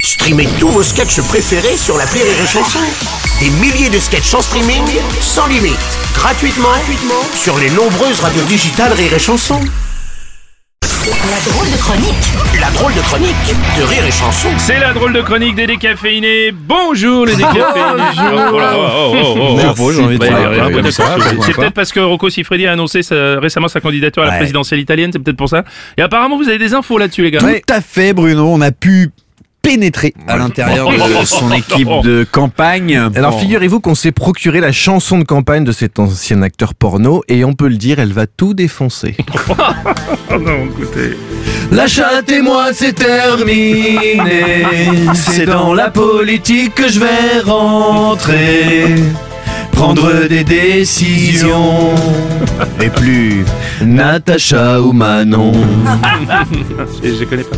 Streamez tous vos sketchs préférés sur la Rire et Chanson. Des milliers de sketchs en streaming, sans limite, gratuitement, gratuitement sur les nombreuses radios digitales Rire et Chanson. La drôle de chronique, la drôle de chronique de Rire et Chanson. C'est la drôle de chronique des décaféinés. Bonjour les décaféinés. Oh là là, oh, oh, oh, oh. Merci. j'ai envie de Bah, faire euh, un peu peut-être- comme ça. c'est peut-être parce que Rocco Siffredi a annoncé sa- récemment sa candidature à la Ouais. présidentielle italienne, c'est peut-être pour ça. Et apparemment, vous avez des infos là-dessus, les gars. Tout à fait, Bruno. On a pu pénétrer à l'intérieur de son équipe de campagne. Alors Bon. figurez-vous qu'on s'est procuré la chanson de campagne de cet ancien acteur porno et on peut le dire, elle va tout défoncer. Oh non, écoutez. L'achat et moi c'est terminé. C'est dans la politique que je vais rentrer. Prendre des décisions. Et plus Natacha ou Manon. Ah, Je, je connais pas.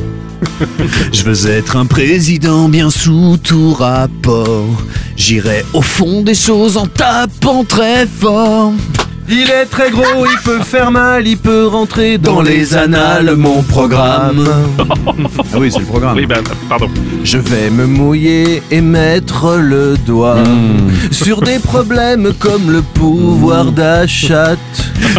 Je veux être un président bien sous tout rapport. J'irai au fond des choses en tapant très fort. Il est très gros, il peut faire mal, il peut rentrer dans les annales, mon programme. Ah oui, c'est le programme. Oui, bah, pardon. Je vais me mouiller et mettre le doigt Hmm. sur des problèmes comme le pouvoir d'achat.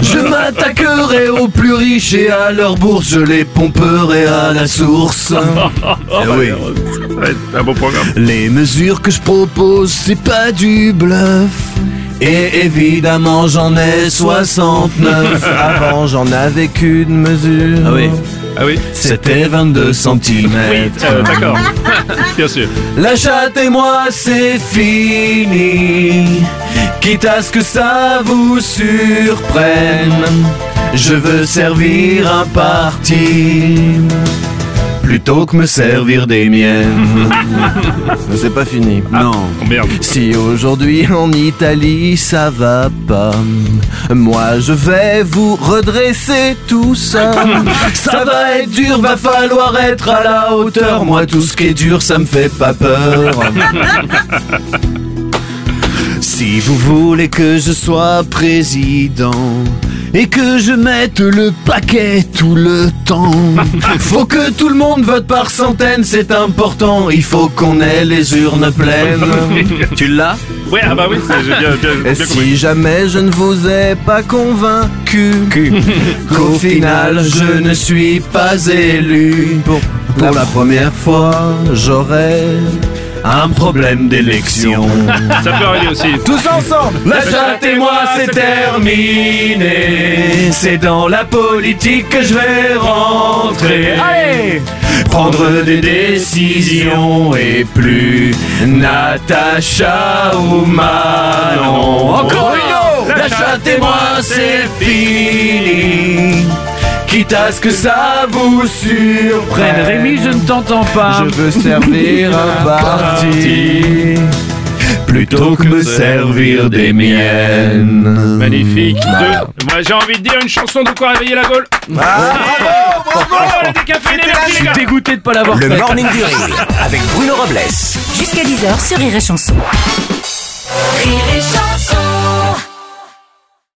Je m'attaquerai aux plus riches et à leur bourse, je les pomperai à la source. Eh oui. Ça va être un bon programme. Les mesures que je propose, c'est pas du bluff. Et évidemment, j'en ai 69. Avant, j'en avais qu'une mesure. Ah oui. Ah oui C'était 22 cm. Oui, euh, d'accord. Bien sûr. La chatte et moi, c'est fini. Quitte à ce que ça vous surprenne, je veux servir un parti. Plutôt que me servir des miennes. Mais c'est pas fini. Non. Oh, merde. Si aujourd'hui en Italie ça va pas, moi je vais vous redresser tout ça. Ça va être dur, va falloir être à la hauteur. Moi tout ce qui est dur ça me fait pas peur. Si vous voulez que je sois président et que je mette le paquet tout le temps, faut que tout le monde vote par centaines, c'est important. Il faut qu'on ait les urnes pleines. tu l'as Ouais, ah bah oui, c'est- j'ai bien, bien, bien et compris. si jamais je ne vous ai pas convaincu qu'au final je ne suis pas élu, pour, pour la première fois j'aurai un problème d'élection. Ça peut arriver aussi. Tous ensemble La chatte et moi c'est terminé C'est dans la politique que je vais rentrer Prendre des décisions et plus Natacha ou Manon Encore une La chatte et moi c'est fini Quitte à ce que ça vous surprenne Rémi je ne t'entends pas Je veux servir un parti plutôt que me servir des miennes. Magnifique. Deux. Moi, j'ai envie de dire une chanson de quoi réveiller la gaule. Ah, Bravo, bravo, les décaféinés, merci, les gars. Dégoûté de pas l'avoir Le Morning du Rire avec Bruno Robles. Jusqu'à 10h sur Rire et Chanson. Rire et Chanson.